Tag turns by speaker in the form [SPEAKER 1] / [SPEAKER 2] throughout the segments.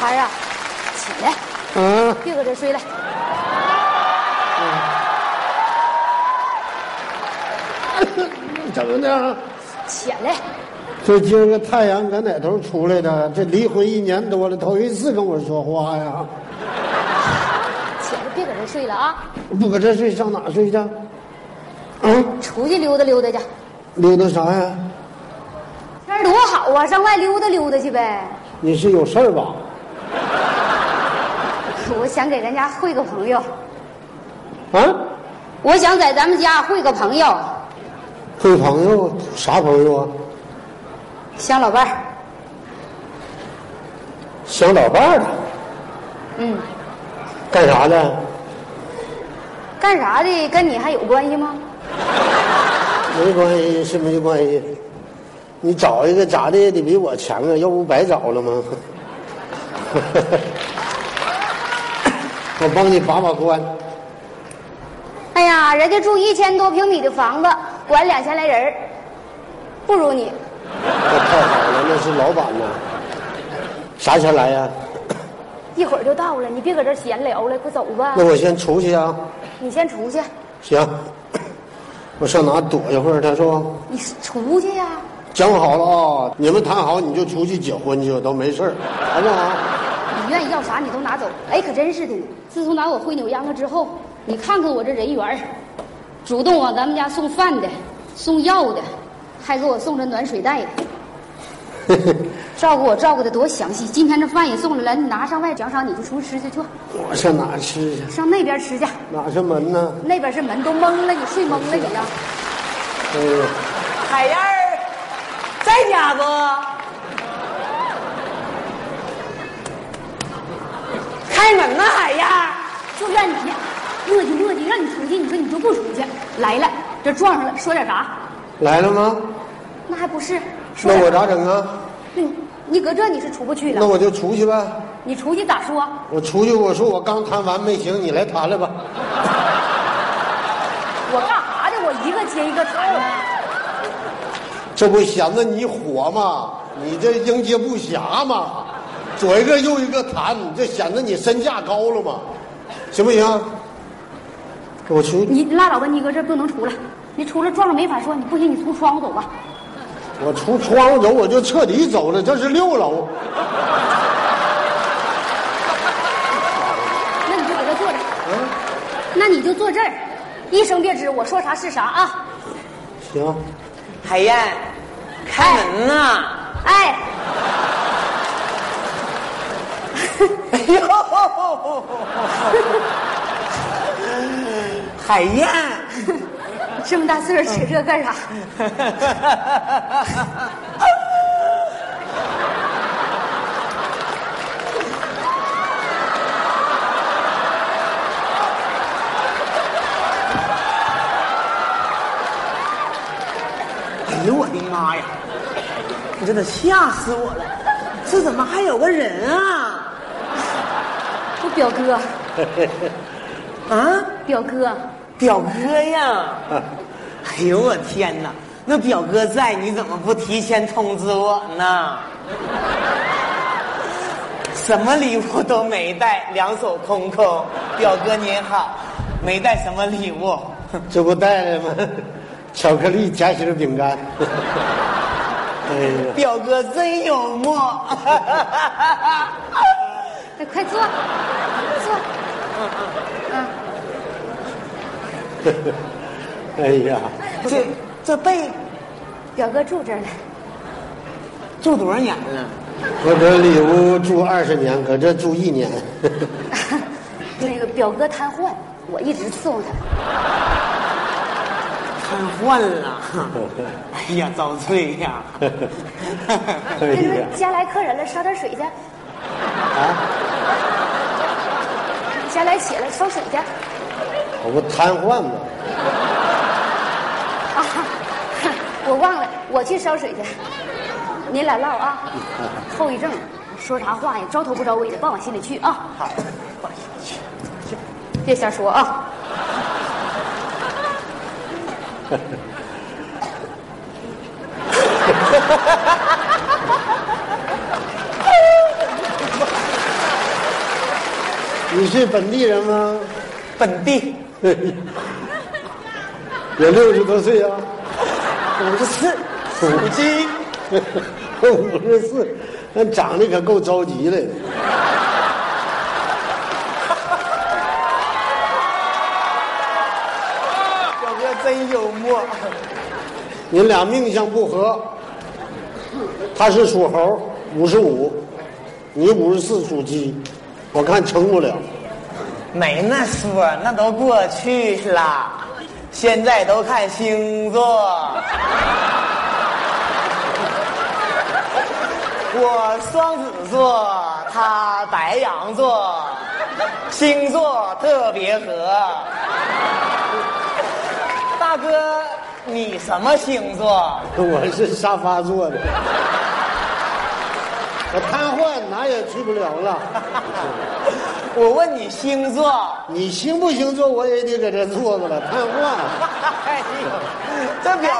[SPEAKER 1] 孩儿啊，起来，
[SPEAKER 2] 嗯，
[SPEAKER 1] 别搁这睡了。
[SPEAKER 2] 怎么的？
[SPEAKER 1] 起来，
[SPEAKER 2] 这今儿个太阳搁哪头出来的？这离婚一年多了，头一次跟我说话呀！
[SPEAKER 1] 起来，别搁这睡了啊！
[SPEAKER 2] 不搁这睡，上哪睡去？啊、嗯，
[SPEAKER 1] 出去溜达溜达去，
[SPEAKER 2] 溜达啥呀？
[SPEAKER 1] 天儿多好啊，上外溜达溜达去呗。
[SPEAKER 2] 你是有事儿吧？
[SPEAKER 1] 我想给咱家会个朋友，
[SPEAKER 2] 啊，
[SPEAKER 1] 我想在咱们家会个朋友，
[SPEAKER 2] 会朋友啥朋友啊？
[SPEAKER 1] 想老伴儿。
[SPEAKER 2] 想老伴儿了，
[SPEAKER 1] 嗯，
[SPEAKER 2] 干啥的？
[SPEAKER 1] 干啥的跟你还有关系吗？
[SPEAKER 2] 没关系是没关系，你找一个咋的也得比我强啊，要不白找了吗？ 我帮你把把关，
[SPEAKER 1] 哎呀，人家住一千多平米的房子，管两千来人儿，不如你。
[SPEAKER 2] 那太好了，那是老板呐。啥前来呀、
[SPEAKER 1] 一会儿就到了，你别搁这儿闲聊了，快走吧
[SPEAKER 2] 那。我先出去啊。
[SPEAKER 1] 你先出去，
[SPEAKER 2] 行， 我上哪躲一会儿去是吧？
[SPEAKER 1] 你出去呀、
[SPEAKER 2] 讲好了啊，你们谈好你就出去结婚去，都没事儿，好不好？
[SPEAKER 1] 你愿意要啥你都拿走。哎，可真是的呢。自从拿我会扭秧歌之后，你看看我这人缘儿，主动啊往咱们家送饭的，送药的，还给我送这暖水袋的，照顾我照顾的多详细。今天这饭也送来了，你拿上外奖赏你就出去吃去去，
[SPEAKER 2] 我上哪吃去？
[SPEAKER 1] 上那边吃去。
[SPEAKER 2] 哪是门呢？
[SPEAKER 1] 那边是门都蒙了，你睡蒙了你呀、
[SPEAKER 2] 哎呦，
[SPEAKER 3] 海燕儿在家不？开门呐，海燕儿！
[SPEAKER 1] 就怨你，磨叽磨叽，让你出去，你说你就不出去。来了，这撞上了，说点啥？
[SPEAKER 2] 来了吗？
[SPEAKER 1] 那还不是？说
[SPEAKER 2] 那
[SPEAKER 1] 点
[SPEAKER 2] 我咋整啊？
[SPEAKER 1] 你你搁这你是出不去
[SPEAKER 2] 那
[SPEAKER 1] 了，
[SPEAKER 2] 我就出去呗。
[SPEAKER 1] 你出去咋说？
[SPEAKER 2] 我出去，我说我刚谈完没行，你来谈来吧。
[SPEAKER 1] 我干啥的？我一个接一个谈
[SPEAKER 2] 这不显得你火吗？你这应接不暇吗？左一个右一个谈，你这显得你身价高了吗？行不行？我出去，
[SPEAKER 1] 你拉倒吧，你搁这不能出来，你出来撞了没法说。你不行，你从窗户走吧。
[SPEAKER 2] 我出窗户走，我就彻底走了。这是六楼，
[SPEAKER 1] 那你就搁这坐着，
[SPEAKER 2] 嗯
[SPEAKER 1] 那你就坐这儿，一声别吱，我说啥是啥啊！
[SPEAKER 2] 行。
[SPEAKER 3] 海燕，开门呐！
[SPEAKER 1] 哎，
[SPEAKER 3] 哎呦，海燕，
[SPEAKER 1] 这么大岁数扯这干啥？
[SPEAKER 3] 哎呦我的妈呀！你这都吓死我了！这怎么还有个人啊？
[SPEAKER 1] 我表哥，
[SPEAKER 3] 啊？
[SPEAKER 1] 表哥，
[SPEAKER 3] 表哥呀！哎呦我天哪，那表哥在，你怎么不提前通知我呢？什么礼物都没带，两手空空。表哥您好，没带什么礼物。
[SPEAKER 2] 这不带来吗？巧克力夹心饼干。哎呀，
[SPEAKER 3] 表哥真幽默。
[SPEAKER 1] 哎，快坐，坐。嗯，
[SPEAKER 2] 哎呀，
[SPEAKER 3] 这这被
[SPEAKER 1] 表哥住这儿了，
[SPEAKER 3] 住多少年了？
[SPEAKER 2] 我搁里屋住二十年，搁这住一年。
[SPEAKER 1] 那个表哥瘫痪，我一直伺候他。
[SPEAKER 3] 瘫痪了。哎呀，遭罪呀！
[SPEAKER 2] 哎
[SPEAKER 1] 跟你
[SPEAKER 2] 呀
[SPEAKER 1] 说，家来客人了，烧点水去。
[SPEAKER 2] 啊，
[SPEAKER 1] 家来起来烧水去。
[SPEAKER 2] 我不瘫痪吗？
[SPEAKER 1] 啊，我忘了，我去烧水去。您俩唠啊，后遗症，说啥话呀，招头不招尾的，别往心里去啊。好，别瞎说啊。
[SPEAKER 2] 你是本地人吗？
[SPEAKER 3] 本地，
[SPEAKER 2] 也六十多岁啊，
[SPEAKER 3] 五十四，五斤，
[SPEAKER 2] 五十四，那长得可够着急的。
[SPEAKER 3] 小哥真幽默。
[SPEAKER 2] 你俩命相不合，他是属猴，五十五，你五十四属鸡，我看成不了。
[SPEAKER 3] 没那说，那都过去了，现在都看星座。我双子座，他白羊座，星座特别合。大哥，你什么星座？
[SPEAKER 2] 我是沙发坐的，我瘫痪哪也去不了了。
[SPEAKER 3] 我问你星座。
[SPEAKER 2] 你行不行坐，我也得搁这坐着了，瘫痪。
[SPEAKER 3] 哎呦，这表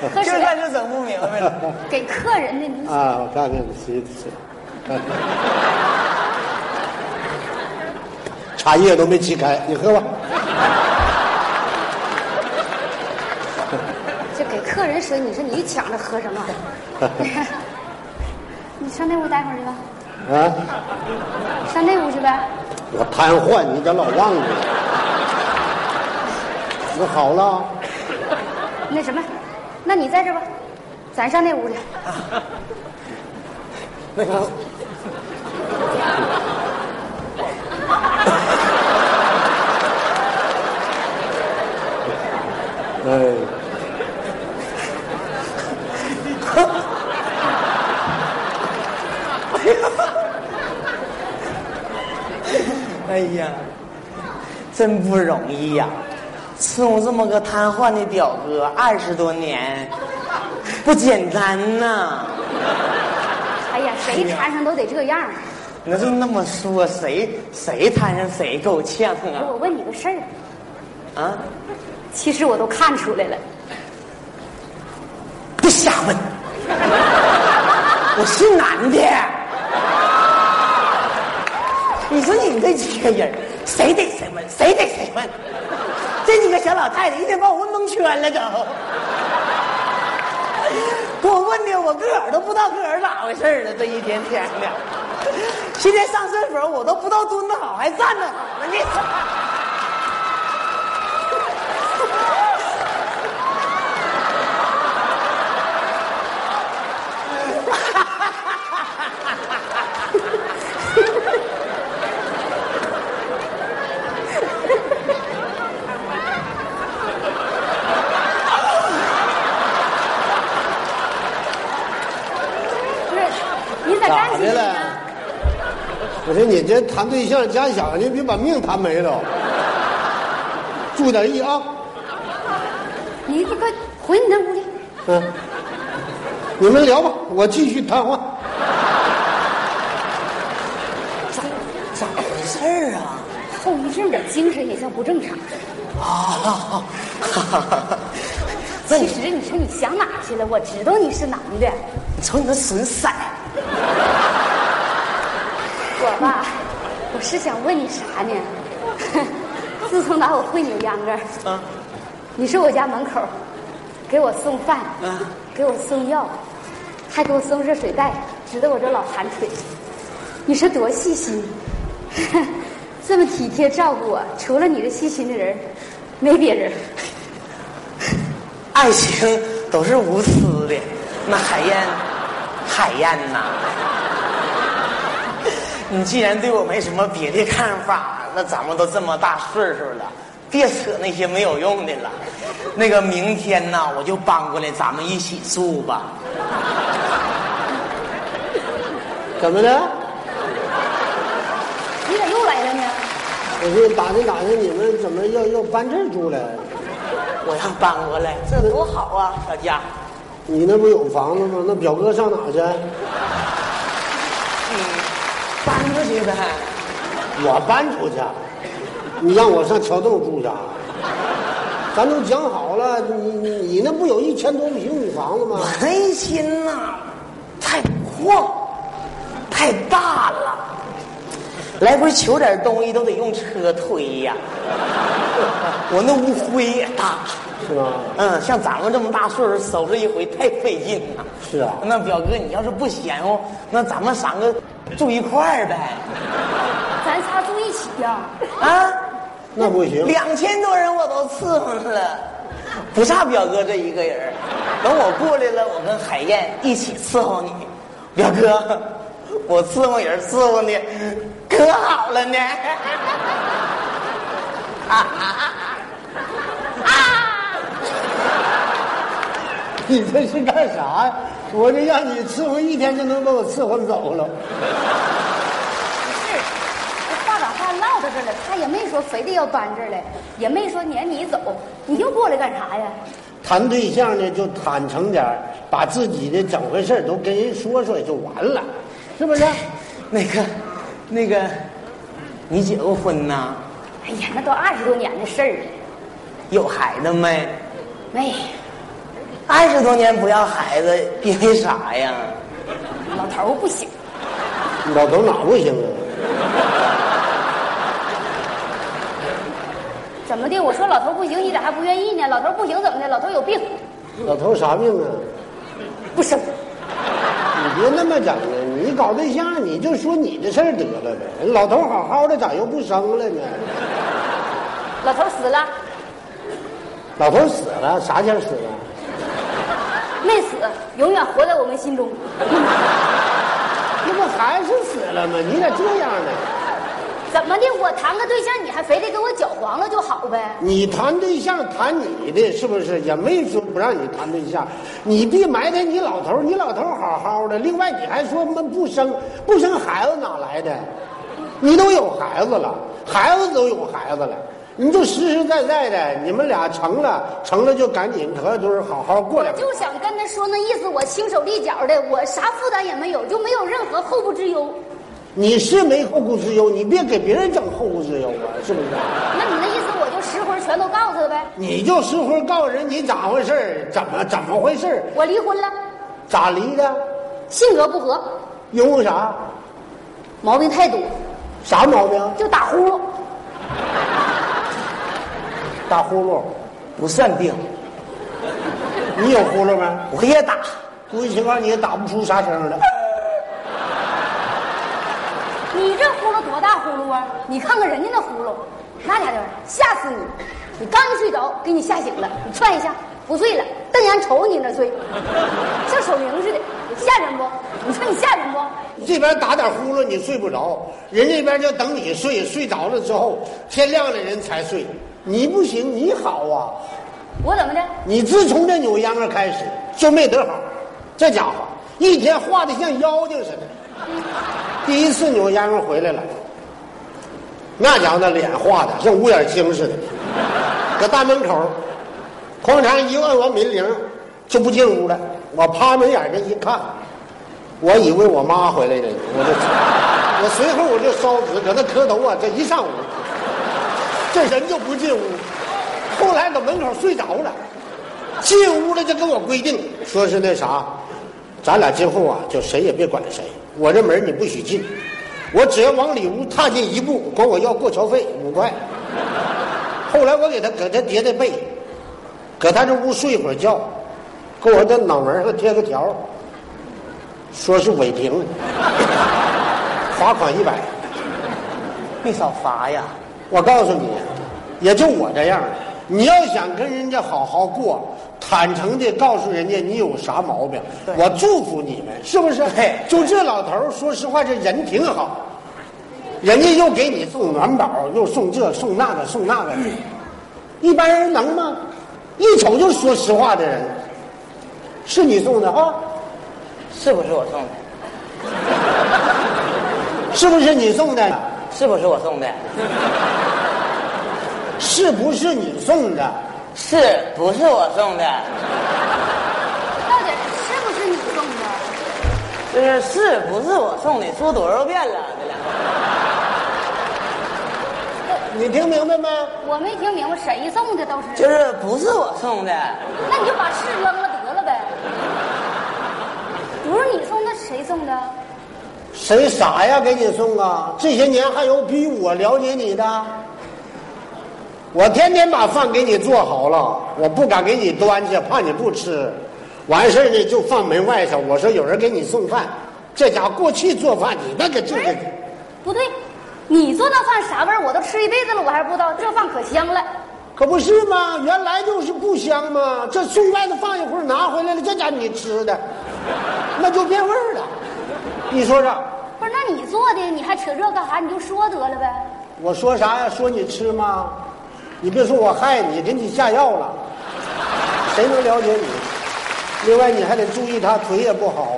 [SPEAKER 1] 喝水
[SPEAKER 3] 哥就算是整不明白了。
[SPEAKER 1] 给客人的你
[SPEAKER 2] 啊，我看看谁谁， 茶叶都没沏开，你喝吧。
[SPEAKER 1] 这给客人水，你说你抢着喝什么？你上那屋待会儿去吧，
[SPEAKER 2] 啊，
[SPEAKER 1] 上那屋去呗。
[SPEAKER 2] 我瘫痪，你咋老忘记了？那好了，
[SPEAKER 1] 那什么，那你在这吧，咱上那屋去。
[SPEAKER 2] 那个，哎。
[SPEAKER 3] 哎呀，真不容易呀、伺候这么个瘫痪的表哥二十多年，不简单呐、
[SPEAKER 1] 哎呀，谁摊上都得这样。
[SPEAKER 3] 你要就那么说，谁谁摊上谁够呛啊？
[SPEAKER 1] 我问你个事儿，
[SPEAKER 3] 啊，
[SPEAKER 1] 其实我都看出来了，
[SPEAKER 3] 别瞎问，我是男的。你说你们这几个人，谁逮谁问，谁逮谁问，这几个小老太太一天把我问蒙圈了都。给我问的我自个儿都不知道自个儿咋回事儿了，这一天天的。今天上厕所我都不知道蹲的好还站的好呢，你说。
[SPEAKER 1] 不是？你咋站
[SPEAKER 2] 咋
[SPEAKER 1] 起
[SPEAKER 2] 的
[SPEAKER 1] 来
[SPEAKER 2] 了
[SPEAKER 1] 呢？？
[SPEAKER 2] 我说你这谈对象家想去，别把命谈没了。注意点意啊！
[SPEAKER 1] 你快快回你那屋去。
[SPEAKER 2] 嗯，你们聊吧，我继续瘫痪。
[SPEAKER 3] 咋回事儿啊？
[SPEAKER 1] 后遗症的精神也像不正常。
[SPEAKER 3] 啊，哈哈哈！那
[SPEAKER 1] 其
[SPEAKER 3] 你
[SPEAKER 1] 实你说你想哪去了？我知道你是男的，
[SPEAKER 3] 你瞅你那损色，
[SPEAKER 1] 我吧，我是想问你啥呢？ 自从打我会扭秧歌儿，
[SPEAKER 3] 啊，
[SPEAKER 1] 你是我家门口儿，给我送饭，
[SPEAKER 3] 嗯
[SPEAKER 1] 给我送药，还给我送热水袋，直到我这老寒腿。你说多细心， 这么体贴照顾我，除了你这细心的人儿，没别人儿。
[SPEAKER 3] 爱情都是无私的。那海燕，海燕呐， 你既然对我没什么别的看法，那咱们都这么大岁数了，别扯那些没有用的了。那个明天呐，我就搬过来，咱们一起住吧。
[SPEAKER 2] 怎么的？
[SPEAKER 1] 你咋又来了呢？
[SPEAKER 2] 我说打听打听你们怎么要要搬这儿住了？
[SPEAKER 3] 我要搬过来，这多好啊，小佳。
[SPEAKER 2] 你那不有房子吗？那表哥上哪儿去？
[SPEAKER 3] 嗯，搬过去呗。
[SPEAKER 2] 我搬出去，啊你让我上桥洞住去啊？咱都讲好了，你你你那不有一千多平米房子吗？
[SPEAKER 3] 我那一心呐，太阔，太大了，来回求点东西都得用车推呀、 我那乌龟也大，
[SPEAKER 2] 是吧？
[SPEAKER 3] 嗯，像咱们这么大岁数收拾一回太费劲了。
[SPEAKER 2] 是啊
[SPEAKER 3] 那表哥你要是不嫌乎，那咱们三个住一块儿呗？
[SPEAKER 1] 咱仨住一起呀、
[SPEAKER 3] 啊，
[SPEAKER 2] 那不行，
[SPEAKER 3] 两千多人我都伺候了，不差表哥这一个人儿。等我过来了，我跟海燕一起伺候你，表哥，我伺候人伺候的可好了呢。
[SPEAKER 2] 你这是干啥呀？我这让你伺候一天就能把我伺候走了。
[SPEAKER 1] 不是，这哎话把话唠到这儿了，他也没说非得要搬这儿来，也没说撵你走，你又过来干啥呀？
[SPEAKER 2] 谈对象呢，就坦诚点儿把自己的整回事儿都跟人说说就完了，是不是？
[SPEAKER 3] 那个，那个，你结过婚呐？
[SPEAKER 1] 哎呀，那都二十多年的事儿了，
[SPEAKER 3] 有孩子没？
[SPEAKER 1] 哎，
[SPEAKER 3] 二十多年不要孩子，因为啥呀？
[SPEAKER 1] 老头儿不行，
[SPEAKER 2] 老头哪不行啊？
[SPEAKER 1] 怎么的？我说老头儿不行，你咋还不愿意呢？老头儿不行怎么的？老头儿有病，
[SPEAKER 2] 老头啥病啊？
[SPEAKER 1] 不生。
[SPEAKER 2] 你别那么整啊！你搞对象你就说你的事儿得了呗。老头好好的咋又不生了呢？
[SPEAKER 1] 老头儿死了，
[SPEAKER 2] 老头死了，啥前死了？
[SPEAKER 1] 没死，永远活在我们心中。
[SPEAKER 2] 那不还是死了吗？你咋这样呢？
[SPEAKER 1] 怎么的？我谈个对象，你还非得给我搅黄了就好呗？
[SPEAKER 2] 你谈对象谈你的，是不是？也没说不让你谈对象，你别埋汰你老头儿，你老头儿好好的。另外，你还说们不生不生孩子哪来的？你都有孩子了，孩子都有孩子了，你就实实在在的，你们俩成了，成了就赶紧合堆儿好好过两
[SPEAKER 1] 就想跟他说那意思，我轻手利脚的，我啥负担也没有，就没有任何后顾之忧。
[SPEAKER 2] 你是没后顾之忧，你别给别人整后顾之忧啊，是不是？
[SPEAKER 1] 那你那意思，我就实魂全都告诉他呗？
[SPEAKER 2] 你就实话告诉人你咋回事儿怎么怎么回事儿
[SPEAKER 1] 我离婚了，
[SPEAKER 2] 咋离的，
[SPEAKER 1] 性格不合，
[SPEAKER 2] 因为啥？
[SPEAKER 1] 毛病太多，
[SPEAKER 2] 啥毛病？
[SPEAKER 1] 就打呼噜。
[SPEAKER 2] 打呼噜，
[SPEAKER 3] 不算病，
[SPEAKER 2] 你有呼噜没？
[SPEAKER 3] 我也打。
[SPEAKER 2] 估计情况你也打不出啥声来。
[SPEAKER 1] 你这呼噜多大呼噜啊？你看看人家那呼噜，那家伙吓死你！你刚一睡着，给你吓醒了，你踹一下不睡了，瞪眼瞅你那睡，像守灵似的，吓人不？你说你吓人不？
[SPEAKER 2] 这边打点呼噜你睡不着，人这边就等你睡，睡着了之后天亮了人才睡。你不行，你好啊！
[SPEAKER 1] 我怎么的？
[SPEAKER 2] 你自从这扭秧歌开始就没得好，这家伙一天画的像妖精似的。第一次扭秧歌回来了，那家伙那脸画的像五眼青似的，搁大门口，哐嚓一摁完门铃，就不进屋了。我趴门眼这一看，我以为我妈回来了，我就我随后我就烧纸搁那磕头啊，这一上午，这人就不进屋。后来搁门口睡着了，进屋了就跟我规定，说是那啥，咱俩今后啊就谁也别管谁，我这门你不许进，我只要往里屋踏进一步，管我要过桥费五块。后来我给他搁他叠的被，搁他这屋睡一会儿觉，给我这脑门上贴个条儿，说是违停，罚款一百。
[SPEAKER 3] 没少罚呀。
[SPEAKER 2] 我告诉你，也就我这样儿你要想跟人家好好过，坦诚的告诉人家你有啥毛病，
[SPEAKER 3] 对
[SPEAKER 2] 我祝福你们，是不是
[SPEAKER 3] 对？
[SPEAKER 2] 就这老头儿，说实话，这人挺好，人家又给你送暖宝，又送这送那个送那个的，一般人能吗？一瞅就是说实话的人，是你送的啊？
[SPEAKER 3] 是不是我送的？
[SPEAKER 2] 是不是你送的？
[SPEAKER 3] 是不是我送的？
[SPEAKER 2] 是不是你送的？
[SPEAKER 3] 是不是我送的？
[SPEAKER 1] 到底是不啊是你送的？
[SPEAKER 3] 就是呃是不是我送的？说多少遍了？这两个
[SPEAKER 2] 你听明白没？
[SPEAKER 1] 我没听明白谁送的都是，
[SPEAKER 3] 就是不是我送的？
[SPEAKER 1] 那你就把事扔了得了呗。不是你送，那谁送的？
[SPEAKER 2] 谁傻呀？给你送啊！这些年还有比我了解你的？我天天把饭给你做好了，我不敢给你端去，怕你不吃。完事儿呢，就放门外头。我说有人给你送饭，这家伙过去做饭，你那个这个，
[SPEAKER 1] 哎不对，你做那饭啥味儿？我都吃一辈子了，我还不知道，这饭可香了。
[SPEAKER 2] 可不是吗？原来就是不香嘛。这送外头放一会儿拿回来了，这家你吃的，那就变味儿了。你说啥？
[SPEAKER 1] 不是，那你做的，你还扯这干啥？你就说得了呗。
[SPEAKER 2] 我说啥呀？说你吃吗？你别说我害你，给你下药了，谁能了解你？另外你还得注意他腿也不好，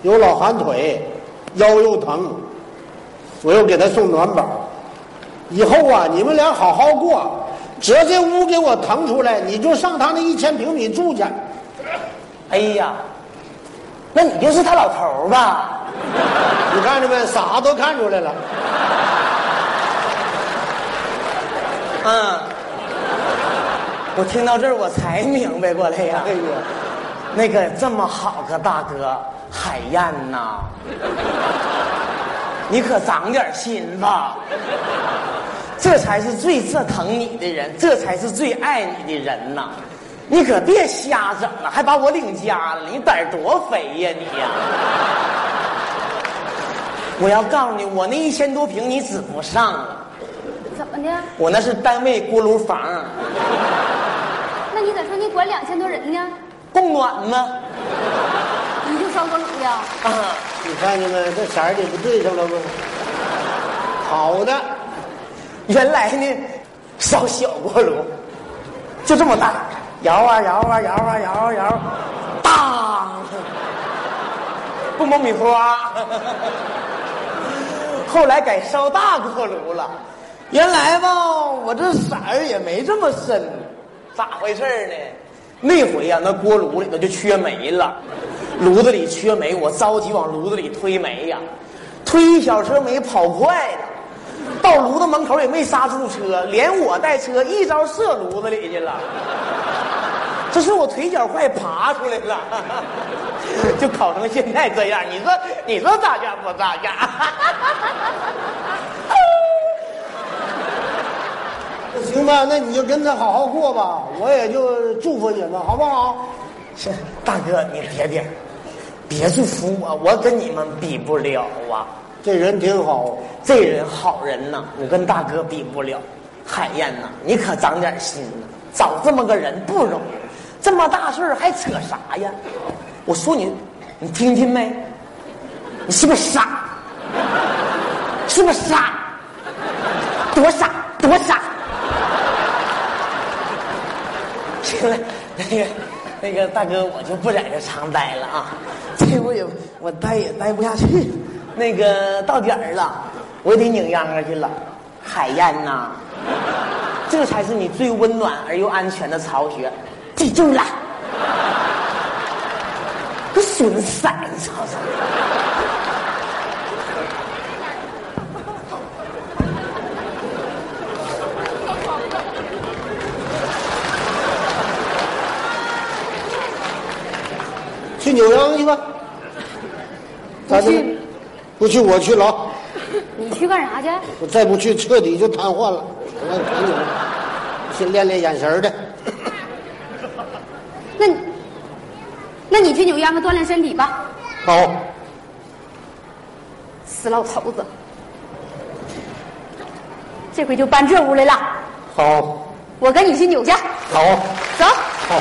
[SPEAKER 2] 有老寒腿，腰又疼。我又给他送暖宝，以后啊，你们俩好好过，只要这屋给我腾出来，你就上他那一千平米住去。
[SPEAKER 3] 哎呀，那你就是他老头儿吧？
[SPEAKER 2] 你看着没？傻都看出来了。
[SPEAKER 3] 嗯，我听到这儿我才明白过来呀
[SPEAKER 2] 哎。呀，
[SPEAKER 3] 那个这么好个大哥，海燕呐，你可长点心吧，这才是最这疼你的人，这才是最爱你的人呐。你可别瞎整了，还把我领家了，你胆儿多肥呀你呀！ 我要告诉你，我那一千多平你指不上啊了，
[SPEAKER 1] 怎么的？
[SPEAKER 3] 我那是单位锅炉房，
[SPEAKER 1] 那你咋说你管两千多人呢？
[SPEAKER 3] 供暖吗？
[SPEAKER 1] 你就烧锅炉呀？
[SPEAKER 3] 啊。
[SPEAKER 2] 你看见没？这色儿你不对上了吗？好的，
[SPEAKER 3] 原来呢，烧小锅炉，就这么大，摇啊摇啊摇啊摇啊摇啊，当，不爆米花。后来改烧大锅炉了，原来吧，我这色儿也没这么深，咋回事儿呢？那回呀、那锅炉里头就缺煤了，炉子里缺煤，我着急往炉子里推煤呀、推一小车煤跑快了，到炉子门口也没刹住车，连我带车一招射炉子里去了。这是我腿脚快爬出来了， 就烤成现在这样。你说，你说咋样不咋样？
[SPEAKER 2] 那行吧，那你就跟他好好过吧，我也就祝福你们，好不好？
[SPEAKER 3] 是大哥，你别别，别祝福我，我跟你们比不了啊。
[SPEAKER 2] 这人挺好，
[SPEAKER 3] 这人好人呐，我跟大哥比不了。海燕呐，你可长点心呐，找这么个人不容易，这么大事儿还扯啥呀？我说你，你听听没？你是不是傻？是不是傻？多傻，多傻！ 行了，那个那个大哥，我就不在这常待了啊，这我也我待也待不下去，那个到点儿了，我得拧秧歌去了。海燕呐、这才是你最温暖而又安全的巢穴，记住了。个损色，你瞅瞅。
[SPEAKER 2] 去扭秧去吧。
[SPEAKER 1] 不
[SPEAKER 2] 咱
[SPEAKER 1] 去
[SPEAKER 2] 们，不去我去了啊。
[SPEAKER 1] 你去干啥去？
[SPEAKER 2] 我再不去，彻底就瘫痪了。我赶紧去练练眼神儿的。
[SPEAKER 1] 那你，那你去扭秧歌锻炼身体吧。
[SPEAKER 2] 好，
[SPEAKER 1] 死老头子，这回就搬这屋来了。
[SPEAKER 2] 好，
[SPEAKER 1] 我跟你去扭去，
[SPEAKER 2] 好，
[SPEAKER 1] 走。
[SPEAKER 2] 好。